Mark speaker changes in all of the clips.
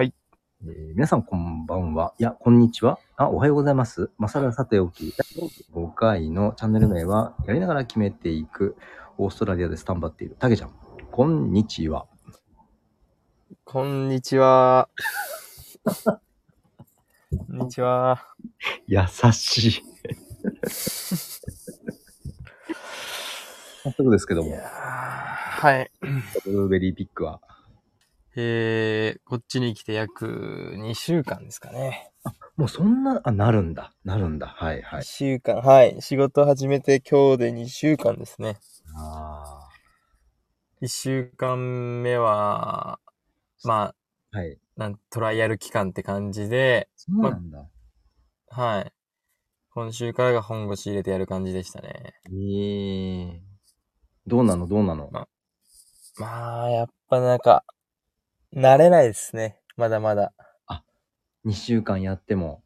Speaker 1: えー皆さんこんばんは。いや、こんにちは。あ、おはようございます。まさらさておき、第5回のチャンネル名は、やりながら決めていく、オーストラリアでスタンバっている、たけちゃん。こんにちは。
Speaker 2: こんにちは。こんにちは。
Speaker 1: 優しい。早速ですけど
Speaker 2: い
Speaker 1: も
Speaker 2: やー、はい。
Speaker 1: ブルーベリーピックは、
Speaker 2: えー、こっちに来て約2週間ですかね。
Speaker 1: もうそんな、あ、なるんだ。なるんだ。はいは
Speaker 2: 2
Speaker 1: い。
Speaker 2: 週間、はい。仕事始めて今日で2週間ですね。
Speaker 1: あ
Speaker 2: 1週間目は、ま
Speaker 1: あ。はい。
Speaker 2: あ、なんトライアル期間って感じで、
Speaker 1: そうなんだ。
Speaker 2: はい。今週からが本腰入れてやる感じでしたね。
Speaker 1: えー。どうなのどうなの
Speaker 2: まあ、やっぱなんか、慣れないですね。まだまだ。
Speaker 1: ?2 週間やっても。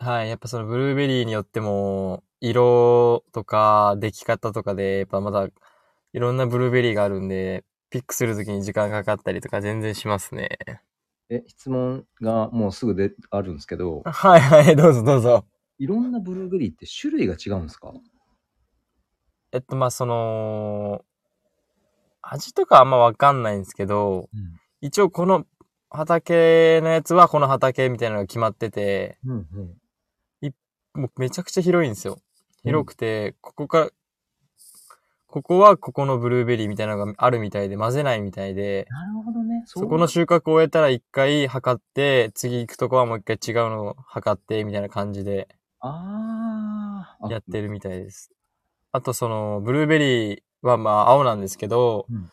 Speaker 2: はい、やっぱそのブルーベリーによっても、色とか出来方とかで、やっぱまだいろんなブルーベリーがあるんで、ピックするときに時間かかったりとか全然しますね。
Speaker 1: え、質問がもうすぐであるんですけど、
Speaker 2: はいはい、どうぞどうぞ。
Speaker 1: いろんなブルーベリーって種類が違うんですか
Speaker 2: えっと、まあ、その、味とかあんまわかんないんですけど、一応この畑のやつはこの畑みたいなのが決まってて、
Speaker 1: うん。うん
Speaker 2: もうめちゃくちゃ広いんですよ。広くて、ここから、ここはここのブルーベリーみたいなのがあるみたいで、混ぜないみたいで、
Speaker 1: なるほどね。そ
Speaker 2: そこの収穫を終えたら一回測って、次行くとこはもう一回違うのを測って、みたいな感じで
Speaker 1: ああ。
Speaker 2: やってるみたいです。あとその、ブルーベリーはまあ青なんですけど、
Speaker 1: うん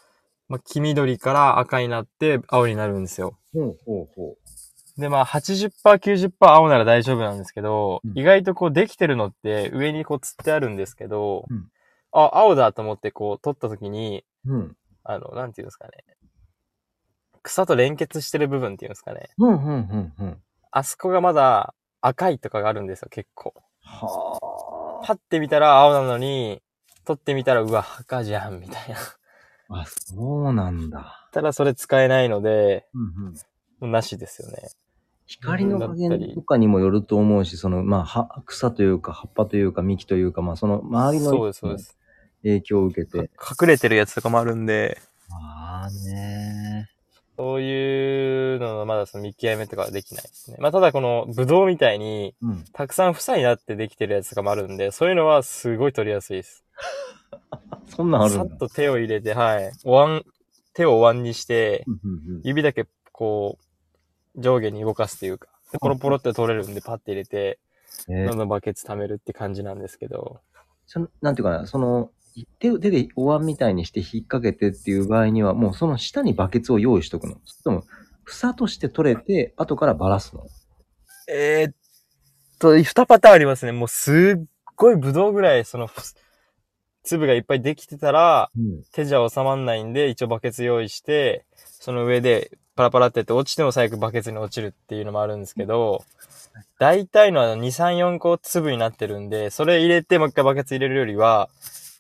Speaker 2: まあ黄緑から赤になって青になるんですよ。
Speaker 1: ほうほうほ
Speaker 2: でまあ80%、90%青なら大丈夫なんですけど、
Speaker 1: うん
Speaker 2: 意外とこうできてるのって上にこう釣ってあるんですけど、
Speaker 1: うん
Speaker 2: あ、青だと思ってこう取った時に、
Speaker 1: う。うん。
Speaker 2: あの、なんていうんですかね。草と連結してる部分っていうんですかね。
Speaker 1: うんうんうんうん。
Speaker 2: あそこがまだ赤いとかがあるんですよ、結構。
Speaker 1: は
Speaker 2: パッて見たら青なのに、取ってみたら、うわ、赤じゃん、みたい な。
Speaker 1: あ。あ、そうなんだ。
Speaker 2: ただそれ使えないので、
Speaker 1: うんうん。
Speaker 2: もうなしですよね。
Speaker 1: 光の加
Speaker 2: だった
Speaker 1: 減
Speaker 2: り
Speaker 1: とかにもよると思うし、その、まあ、は草というか、葉っぱというか、幹というか、まあ、その周り
Speaker 2: そう
Speaker 1: の
Speaker 2: です、そうです。
Speaker 1: 影響を受けて。
Speaker 2: か隠れてるやつとかもあるんで、
Speaker 1: ああね
Speaker 2: そういうののまだその見極めとかはできないですね。まあただこの、ブドウみたいに、
Speaker 1: ー。うん。
Speaker 2: たくさん房になってできてるやつとかもあるんで、そういうのはすごい取りやすいです。
Speaker 1: そんなんある
Speaker 2: さ
Speaker 1: んだ
Speaker 2: っ。と手を入れて、はい。お椀、手をお椀にして
Speaker 1: う、んうんうん
Speaker 2: 指だけこう、上下に動かすというか、でポロポロって取れるんで、パッて入れて、
Speaker 1: えー
Speaker 2: どんどんバケツ貯めるって感じなんですけど。
Speaker 1: そのなんていうかな、その、手を手でお椀みたいにして引っ掛けてっていう場合には、もうその下にバケツを用意しとくの。それとも、房として取れて、後からばらすの。
Speaker 2: えー、っと、二パターンありますね。もうすっごいブドウぐらい、その、ふ粒がいっぱいできてたら、
Speaker 1: うん。
Speaker 2: 手じゃ収まんないんで、一応バケツ用意して、その上でパラパラってやって落ちても最悪バケツに落ちるっていうのもあるんですけど、大体のあの2、3、4個粒になってるんで、それ入れてもう一回バケツ入れるよりは、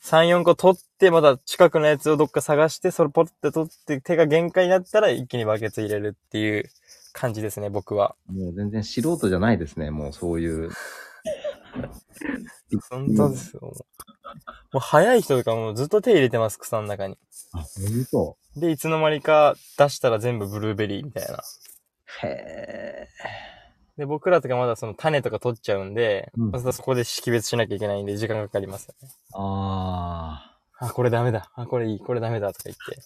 Speaker 2: 3、4個取って、まだ近くのやつをどっか探して、それポロって取って、手が限界になったら一気にバケツ入れるっていう感じですね、僕は。
Speaker 1: もう全然素人じゃないですね、もうそういう。
Speaker 2: 本当ですよ。もうもう早い人とかもうずっと手入れてます、草の中に。
Speaker 1: あ、本当。
Speaker 2: で、いつの間にか出したら全部ブルーベリーみたいな。
Speaker 1: へえ。
Speaker 2: で、僕らとかまだその種とか取っちゃうんで、
Speaker 1: うん
Speaker 2: まずそこで識別しなきゃいけないんで時間がかかりますよね。
Speaker 1: ああ。
Speaker 2: あ、これダメだ。あ、これいい。これダメだ。とか言って。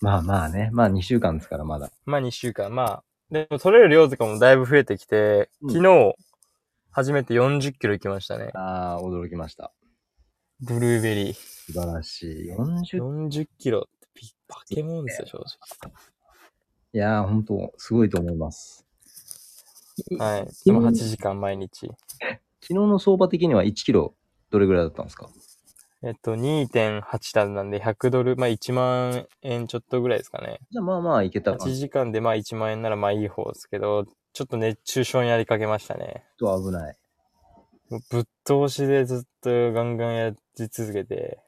Speaker 1: まあまあね、まあ2週間ですから、まだ。
Speaker 2: まあ2週間。まあ、でも取れる量とかもだいぶ増えてきて、
Speaker 1: うん
Speaker 2: 昨日、初めて40キロ行きましたね。
Speaker 1: ああ、驚きました。
Speaker 2: ブルーベリー。
Speaker 1: 素晴らしい。40、
Speaker 2: 40キロってビバケモンですよ、正
Speaker 1: いやー、本当すごいと思います。
Speaker 2: 直。はい。でも8時間毎日。
Speaker 1: 昨日の相場的には1キロ、どれぐらいだったんですか
Speaker 2: えっと、2.8段なんで100ドル、まあ1万円ちょっとぐらいですかね。
Speaker 1: じゃあまあまあいけたか
Speaker 2: 8時間でまあ1万円ならまあいい方ですけど、ちょっと熱中症になりかけましたね。
Speaker 1: ちょっと危ない。
Speaker 2: もうぶっ通しでずっとガンガンやり続けて、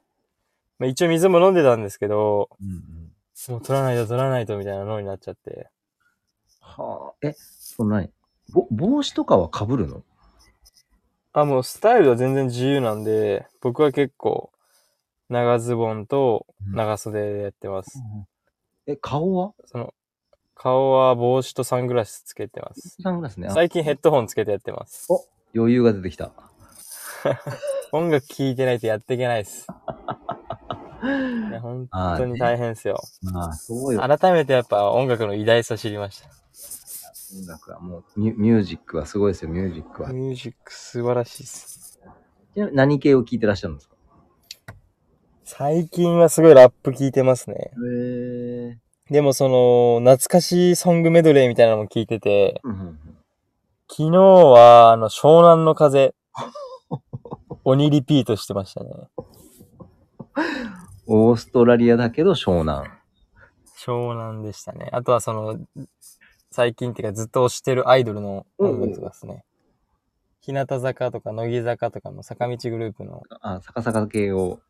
Speaker 2: まあ、一応水も飲んでたんですけど、
Speaker 1: うんうん。
Speaker 2: もう取らないと取らないとみたいな脳になっちゃって。
Speaker 1: はあ。え、そんなにぼ帽子とかは被るの
Speaker 2: あ、もうスタイルは全然自由なんで、僕は結構、長ズボンと長袖でやってます。
Speaker 1: え、顔は
Speaker 2: その、顔は帽子とサングラスつけてます。
Speaker 1: サングラスね。あ
Speaker 2: 最近ヘッドホンつけてやってます。
Speaker 1: 余裕が出て きた。
Speaker 2: 音楽聴いてないとやっていけないです。いや本
Speaker 1: あ
Speaker 2: 当に大変ですよ。
Speaker 1: まあ、そうよ。
Speaker 2: 改めてやっぱ音楽の偉大さ知りまし
Speaker 1: 音楽はもうミュ、ミュージックはすごいですよ、ミュージック
Speaker 2: た。
Speaker 1: は。
Speaker 2: ミュージック素晴らしいです。
Speaker 1: ちなみに何系を聴いてらっしゃるんですか
Speaker 2: 最近はすごいラップ聴いてますね。
Speaker 1: へえ。
Speaker 2: でもその、懐かしいソングメドレーみたいなのも聞いてて、
Speaker 1: うんうん
Speaker 2: 昨日はあの、湘南の 風、鬼リピートしてましたね。
Speaker 1: オーストラリアだけど湘南。
Speaker 2: 湘南でしたね。あとはその、最近っていうかずっと推してるアイドルの音楽とかですね。日向坂とか乃木坂とかの坂道グループの、
Speaker 1: あ、逆さか系を。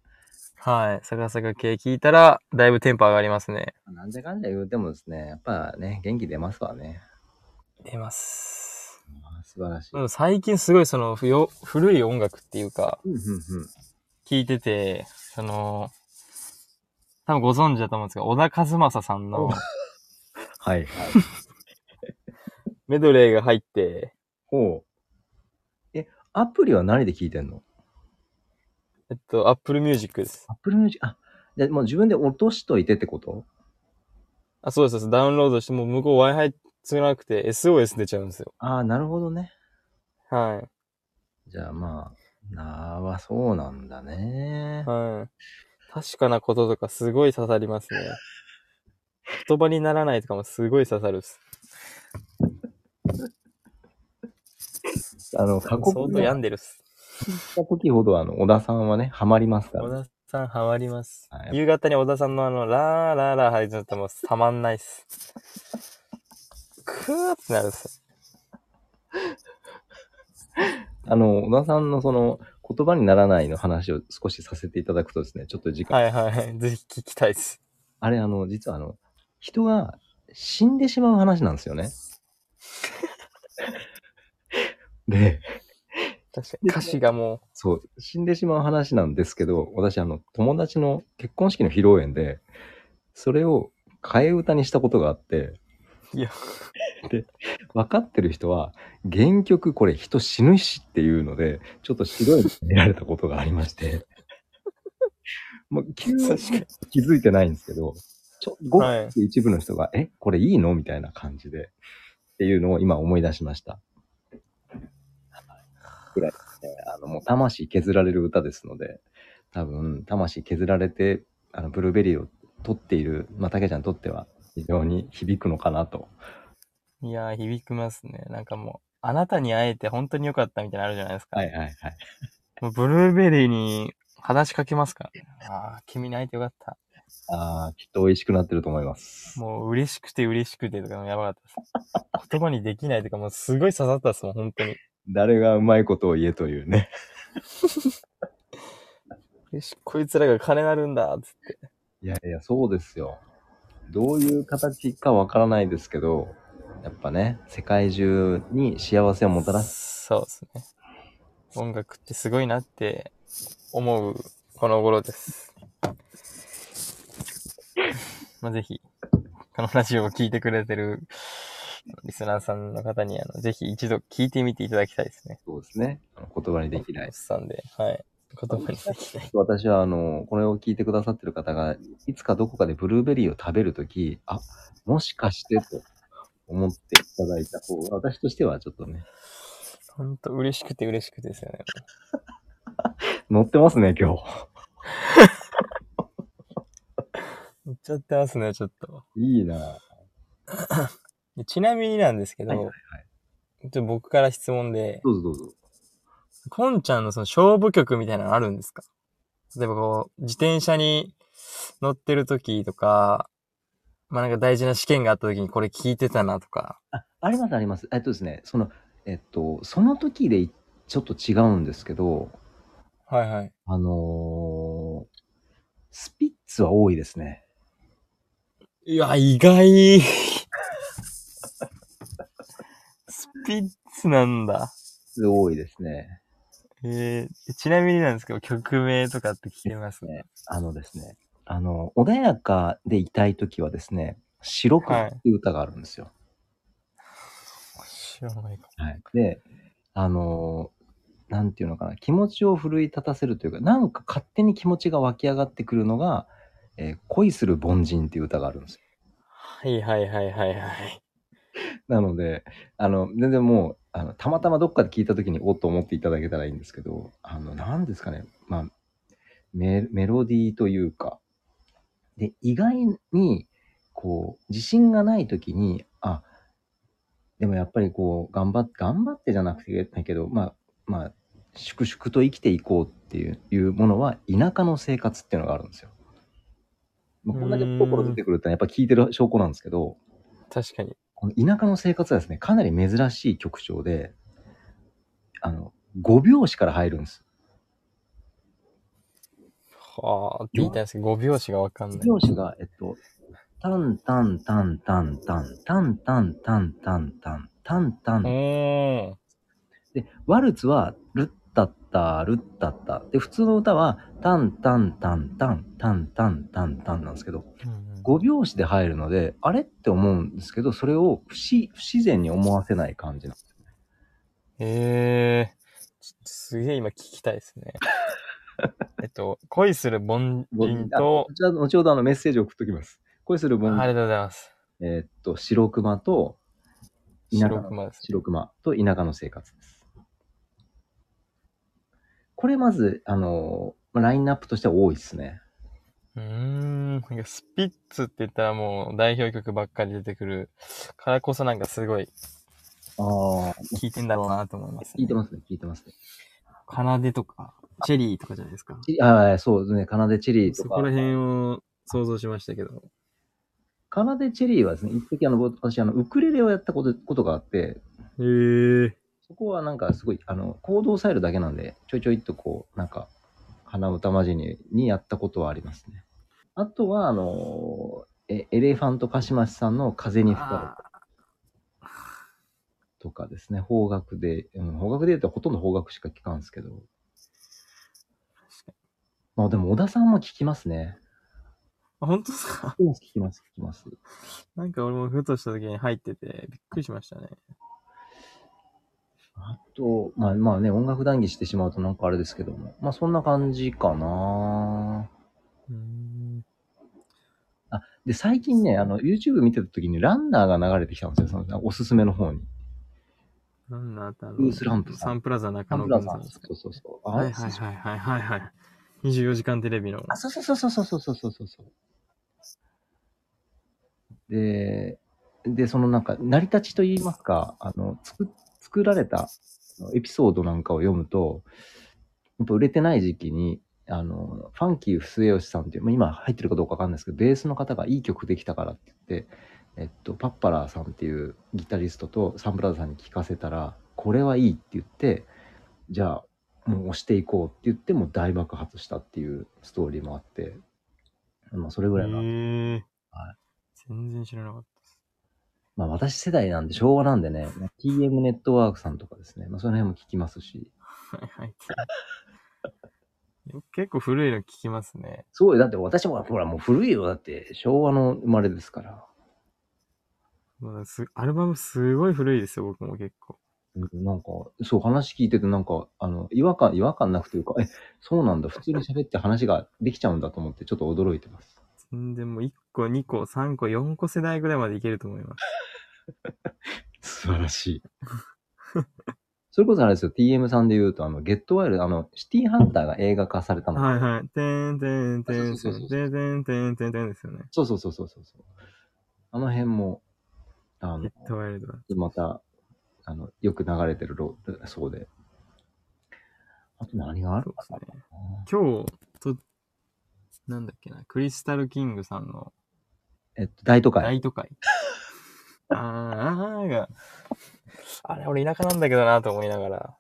Speaker 2: はい、坂坂系聞いたら、だいぶテンポ上がりますね。
Speaker 1: なんじゃかんじゃ言うてもですね、やっぱね、元気出ますわね。
Speaker 2: 出ます。
Speaker 1: あ素晴らしい。
Speaker 2: でも最近すごいその、ふよ古い音楽っていうか、
Speaker 1: うんうんうん。
Speaker 2: 聞いてて、その、多分ご存知だと思うんですが、小田和正さんの
Speaker 1: はい。
Speaker 2: メドレーが入って、
Speaker 1: ほう。え、アプリは何で聞いてんの
Speaker 2: えっと、Apple Music です。
Speaker 1: アップルミュージあ、でもう自分で落としといてってこと
Speaker 2: あ、そうですそうです。ダウンロードして、もう向こう Wi-Fi つなくて SOS 出ちゃうんですよ。
Speaker 1: ああ、なるほどね。
Speaker 2: はい。
Speaker 1: じゃあまあ、なあはそうなんだね。
Speaker 2: はい。確かなこととかすごい刺さりますね。言葉にならないとかもすごい刺さるっす。
Speaker 1: あの、過
Speaker 2: 相
Speaker 1: 去
Speaker 2: 当
Speaker 1: に
Speaker 2: 病んでるっす。
Speaker 1: した時ほど、あの、小田さんはね、ハマりますか
Speaker 2: 小
Speaker 1: ら。
Speaker 2: 田さんハマります
Speaker 1: は。い
Speaker 2: 夕方に小田さんのあの、ラーラーラー入っちゃってもうたまんないっす。クーってなるっす。
Speaker 1: あの、小田さんのその、言葉にならないの話を少しさせていただくとですね、ちょっと時間。
Speaker 2: はいはい。ぜひ聞きたいっす。
Speaker 1: あれ、あの、実はあの、人が死んでしまう話なんです よね。で、
Speaker 2: 確かに。歌詞がも
Speaker 1: そう、死んでしまう話なんですけど、私、あの、友達の結婚式の披露宴で、それを替え歌にしたことがあって、
Speaker 2: いや。
Speaker 1: で、分かってる人は、原曲これ人死ぬしっていうので、ちょっと白い目見られたことがありま して、もう、急
Speaker 2: う、
Speaker 1: に
Speaker 2: 確かに。
Speaker 1: 気づいてないんですけど、ちょ、ごく
Speaker 2: はい
Speaker 1: 一部の人が、え、これいいのみたいな感じで、っていうのを今思い出しました。ぐらいですね。あの、もう魂削られる歌ですので、多分、魂削られて、あの、ブルーベリーを取っている、まあ、竹ちゃんにとっては、非常に響くのかなと。
Speaker 2: いやー、響きますね。なんかもう、あなたに会えて本当に良かったみたいなのあるじゃないですか。
Speaker 1: はいはいはい。
Speaker 2: もうブルーベリーに話しかけますからね。ああ、君に会えてよかった。
Speaker 1: ああ、きっと美味しくなってると思います。
Speaker 2: もう嬉しくて嬉しくてとかもやばかったです。言葉にできないとかもうすごい刺さったですもん、本当に。
Speaker 1: 誰がうまいことを言えというね。
Speaker 2: 嬉しこいつらが金なるんだ、つって。
Speaker 1: いやいや、そうですよ。どういう形かわからないですけど、やっぱね、世界中に幸せをもたらす。
Speaker 2: そうですね。音楽ってすごいなって思うこの頃です。 まあ、ぜひ、このラジオを聞いてくれてるリスナーさんの方に、あの、ぜひ一度聞いてみていただきたいですね。
Speaker 1: そうですね。あの言葉にできな
Speaker 2: お
Speaker 1: い
Speaker 2: っ。さんで、はい。言葉にできない。
Speaker 1: 私は、あの、これを聞いてくださってる方が、いつかどこかでブルーベリーを食べるとき、あ、もしかしてと思っていただいた方が、私としてはちょっとね、
Speaker 2: ほんと嬉しくて嬉しくてですよね。
Speaker 1: 乗ってますね、今日。
Speaker 2: 言っちゃってますね、ちょっと。
Speaker 1: いいなぁ
Speaker 2: でちなみになんですけど、
Speaker 1: はいはいは
Speaker 2: ちょっと僕から質問で、
Speaker 1: どうぞどうぞ。
Speaker 2: こんちゃんのその勝負曲みたいなのあるんですか例えばこう、自転車に乗ってる時とか、まあなんか大事な試験があった時にこれ聞いてたなとか。
Speaker 1: ありますあります。えっとですね、その、えっと、その時でちょっと違うんですけど、
Speaker 2: はいはい。
Speaker 1: あのースピッツは多いですね。
Speaker 2: いや、意外。スピッツなんだ。
Speaker 1: すごいですね。
Speaker 2: えー、ちなみになんですけど、曲名とかって聞けます
Speaker 1: ねあのですね、あの、穏やかでいたいときはですね、白く
Speaker 2: はい
Speaker 1: っていう歌があるんですよ。
Speaker 2: 知らないかも。
Speaker 1: はい。で、あのーなんていうのかな、気持ちを奮い立たせるというか、なんか勝手に気持ちが湧き上がってくるのが、えー恋する凡人っていう歌があるんですよ。
Speaker 2: はいはいはいはいはい。
Speaker 1: なので、あの、全然もう、あのたまたまどっかで聞いたときに、おっと思っていただけたらいいんですけど、あの、なんですかね、まあ、メメロディーというか、で、意外に、こう、自信がないときに、あ、でもやっぱりこう、頑張って、頑張ってじゃなくてだけど、まあ、まあ、粛々と生きていこうっていういうものは、田舎の生活っていうのがあるんですよ。まあ、こんだけ心出てくるってのはやっぱ聞いてる証拠なんですけど、
Speaker 2: 確かに。
Speaker 1: この田舎の生活はですね、かなり珍しい曲調で、あの、5拍子から入るんです。
Speaker 2: はあって言いたいんですけど、5拍子がわかん
Speaker 1: 5
Speaker 2: ない。
Speaker 1: 拍子が、えっと、タンタンタンタンタン、タンタンタンタンタン、タンタ
Speaker 2: う
Speaker 1: ン。
Speaker 2: ーん。
Speaker 1: で、ワルツは、ルッタッタ、ルッタッタ。で、普通の歌は、タンタンタンタン、タンタンタンタンなんですけど、5拍子で入るので、あれって思うんですけど、それを不思不自然に思わせない感じなんです。
Speaker 2: ええー、ちすげえ今聞きたいです ね。えっと、恋する凡人
Speaker 1: あ
Speaker 2: と
Speaker 1: こ、ちら後ほどあのメッセージ送っときます。恋する
Speaker 2: あ
Speaker 1: 凡
Speaker 2: り
Speaker 1: 人
Speaker 2: がとうございます。
Speaker 1: えーっと、白熊と、田舎
Speaker 2: 白
Speaker 1: の
Speaker 2: 熊です。
Speaker 1: 白熊と田舎の生活です。これまず、あのー、まあラインナップとしては多いですね。
Speaker 2: うーん、なんかスピッツって言ったらもう代表曲ばっかり出てくるからこそなんかすごい
Speaker 1: ああ。
Speaker 2: 聴いてんだろうなと思います、
Speaker 1: 聞いて
Speaker 2: ま
Speaker 1: ますね、聞いてますね。
Speaker 2: す。奏でとか、チェリーとかじゃないですか。
Speaker 1: チリああ、そうですね、カナデチェリー
Speaker 2: そ
Speaker 1: とか
Speaker 2: こ。ら辺を想像しましたけど。
Speaker 1: カナデチェリーはですね、一時あの、僕私、あの、ウクレレをやったことことがあって、
Speaker 2: へー。
Speaker 1: そこはなんかすごい、あの、行動サイルだけなんで、ちょいちょいっとこう、なんか、鼻歌まじりにやったことはありますね。あとは、あのーえエレファントカシマシさんの風に吹かれてとかですね、方角で、うん、方角で言うとほとんど方角しか聞かんすけど。まあでも、小田さんも聞きますね。
Speaker 2: あ本当ですか
Speaker 1: 聞きます、聞きます。
Speaker 2: なんか俺もふとした時に入ってて、びっくりしましたね。
Speaker 1: あと、まあまあね、音楽談義してしまうとなんかあれですけども、まあそんな感じかな
Speaker 2: うーん。
Speaker 1: で、最近ね、あの、YouTube 見てた時にランナーが流れてきたんですよ、そのおすすめの方に。
Speaker 2: なんだったの
Speaker 1: ウースランプさん
Speaker 2: サンプラザ中
Speaker 1: サ
Speaker 2: 野
Speaker 1: ン
Speaker 2: く
Speaker 1: プラ
Speaker 2: ん
Speaker 1: ザ
Speaker 2: さん
Speaker 1: ー
Speaker 2: で
Speaker 1: ズ
Speaker 2: すか
Speaker 1: そうそうそう。あ
Speaker 2: はいはいはいはいはいはい。24時間テレビの。
Speaker 1: あ、そうそうそうそうそうそうそうそうそう。で、で、そのなんか、成り立ちといいますか、あの、作、作られたあのエピソードなんかを読むと、やっぱ売れてない時期に、あの、ファンキー末吉さんっていう、まあ、今入ってるかどうかわかんないですけど、ベースの方がいい曲できたからって言って、えっと、パッパラーさんっていうギタリストとサンブラザーさんに聞かせたら、これはいいって言って、じゃあ、もう押していこうって言っても大爆発したっていうストーリーもあって、まあ、それぐ
Speaker 2: へ
Speaker 1: らいの、
Speaker 2: ー
Speaker 1: は
Speaker 2: 全然知らなかった。
Speaker 1: まあ、私世代なんで、昭和なんでね、まあ TM ネットワークさんとかですね、まあ、その辺も聞きますし、
Speaker 2: はいはい。結構古いの聞きますね。
Speaker 1: すごい、だって私もほら、もう古いよ、だって、昭和の生まれですから、
Speaker 2: まあすアルバムすごい古いですよ、僕も結構。
Speaker 1: うんなんか、そう、話聞いてて、なんか、あの、違和感、違和感なくというか、え、そうなんだ、普通に喋って話ができちゃうんだと思って、ちょっと驚いてます。
Speaker 2: 全然もう1個、2個、3個、4個世代ぐらいまでいけると思います。
Speaker 1: 素晴らしい。それこそあれですよ、TM さんで言うと、あの、ゲットワイルド、あの、シティハンターが映画化されたの。
Speaker 2: はいはい。てんてんてんて
Speaker 1: そうそうんそうそう
Speaker 2: てんてんてんてんてんですよね。
Speaker 1: そうそうそうそうそうそう。あの辺も、あ
Speaker 2: ゲ
Speaker 1: の
Speaker 2: ッ、トワイルドだ。
Speaker 1: また、あの、よく流れてるロそうで。あと何があ
Speaker 2: そう
Speaker 1: るかな
Speaker 2: ですね。今日、と、なんだっけな、クリスタルキングさんの
Speaker 1: えっと、大都会。
Speaker 2: 大都 会。あーあーが、あれ俺田舎なんだけどなと思いながら。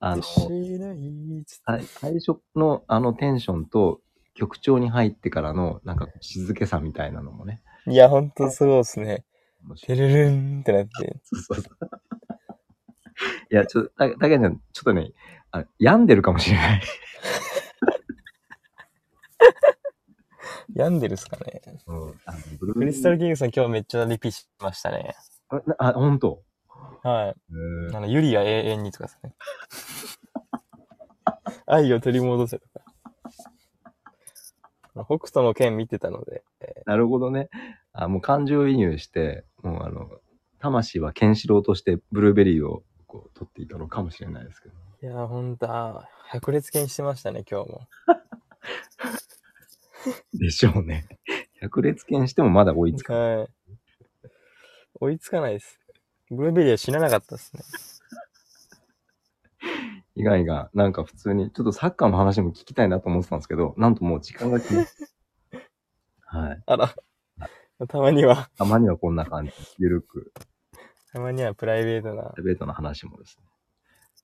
Speaker 1: あの、
Speaker 2: 知らないっつって
Speaker 1: はい最初のあのテンションと、局長に入ってからの、なんか静けさみたいなのもね。
Speaker 2: いや、ほんとそうですね。
Speaker 1: 面白い
Speaker 2: てるるんってなって。
Speaker 1: そうそうそう。いや、ちょっと、たたけちゃん、ちょっとね、あ病んでるかもしれない。
Speaker 2: 病んでるっすかね。
Speaker 1: うん、あのブルー
Speaker 2: クリスタルキングさん今日めっちゃリピしましたね。
Speaker 1: あなあ、本当。
Speaker 2: はい。
Speaker 1: へ
Speaker 2: あ
Speaker 1: ー
Speaker 2: の、ユリア永遠にとか ですね。愛を取り戻せとか。北斗の剣見てたので、
Speaker 1: なるほどね。あ、もう感情移入して、もうあの、魂はケンシロウとしてブルーベリーをこう取っていたのかもしれないですけど。
Speaker 2: いやー、ほんと、あー白熱剣してましたね、今日も。
Speaker 1: でしょうね。 百裂剣してもまだ追いつかない。
Speaker 2: はい。追いつかないです。ブルーベリーは死ななかったですね。
Speaker 1: 以外が、なんか普通に、ちょっとサッカーの話も聞きたいなと思ってたんですけど、なんともう時間が来ましたはい。
Speaker 2: あら。たまには、
Speaker 1: たまにはこんな感じ。ゆるく、
Speaker 2: たまにはプライベートな
Speaker 1: プ。ライベートの話もですね。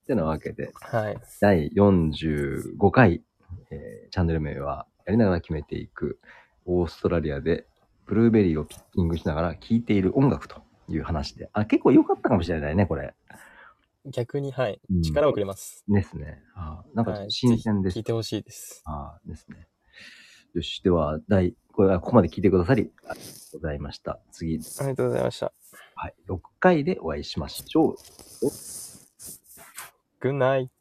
Speaker 1: ってなわけで、
Speaker 2: はい。
Speaker 1: 第45回、えーチャンネル名は、やりながら決めていく、オーストラリアでブルーベリーをピッキングしながら聴いている音楽という話で、あ、結構良かったかもしれないね、これ。
Speaker 2: 逆に、はい。
Speaker 1: うん
Speaker 2: 力をくれます。
Speaker 1: ですね。あなんか
Speaker 2: はい
Speaker 1: 新鮮です
Speaker 2: 聞いてほしいです。
Speaker 1: ああ、ですね。よし、では、第、これはここまで聞いてくださり、ありがとうございました。次、
Speaker 2: ありがとうございました。
Speaker 1: はい、6回でお会いしましょう。
Speaker 2: Good night.